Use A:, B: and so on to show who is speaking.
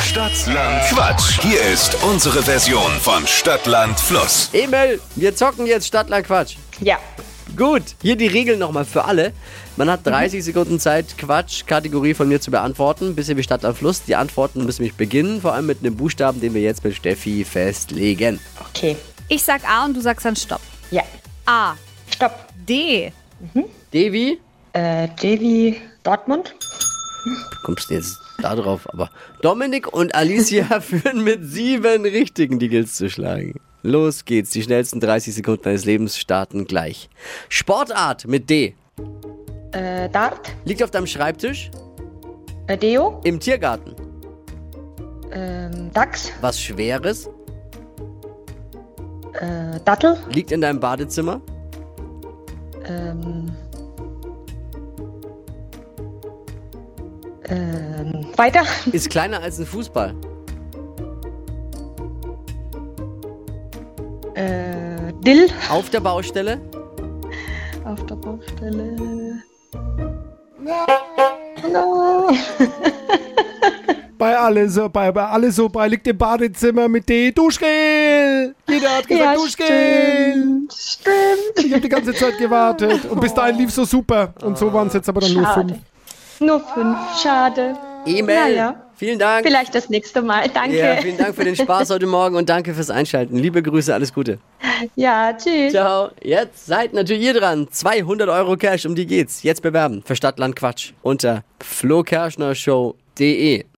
A: Stadtland Quatsch. Hier ist unsere Version von Stadtland Fluss.
B: Emil, wir zocken jetzt Stadtland Quatsch.
C: Ja.
B: Gut, hier die Regeln nochmal für alle. Man hat 30 Sekunden Zeit, Quatsch-Kategorie von mir zu beantworten. Bisschen wie Stadt am Fluss. Die Antworten müssen mich beginnen, vor allem mit einem Buchstaben, den wir jetzt mit Steffi festlegen.
C: Okay.
D: Ich sag A und du sagst dann Stopp.
C: Ja.
D: A.
C: Stopp.
D: D.
B: Devi,
C: Äh, Devi Dortmund.
B: kommst du jetzt da drauf? Aber Dominik und Alicia führen mit sieben Richtigen, die gilt's zu schlagen. Los geht's. Die schnellsten 30 Sekunden deines Lebens starten gleich. Sportart mit D.
C: Äh, Dart.
B: Liegt auf deinem Schreibtisch,
C: Äh, Deo.
B: im Tiergarten.
C: Ähm, Dachs.
B: Was Schweres
C: Äh, Dattel.
B: liegt in deinem Badezimmer.
C: Ähm. Ähm, weiter.
B: Ist kleiner als ein Fußball.
C: Äh, Dill.
B: Auf der Baustelle.
C: Auf der Baustelle.
E: Bei alles bei, bei alles bei liegt im Badezimmer mit D. Duschgel! Jeder hat gesagt Duschgel!
C: stimmt. Stimmt.
E: Ich habe die ganze Zeit gewartet und bis dahin lief so super. Und so waren es jetzt aber dann nur fünf.
C: Schade. Nur fünf. Schade.
B: E-Mail.
C: Ja, ja.
B: Vielen Dank.
C: Vielleicht das nächste Mal. Danke.
B: Ja, vielen Dank für den Spaß heute Morgen und danke fürs Einschalten. Liebe Grüße, alles Gute.
C: Ja, tschüss.
B: Ciao. Jetzt seid natürlich ihr dran. 200 Euro Cash, um die geht's. Jetzt bewerben für Stadtland Quatsch unter flokerschnershow.de.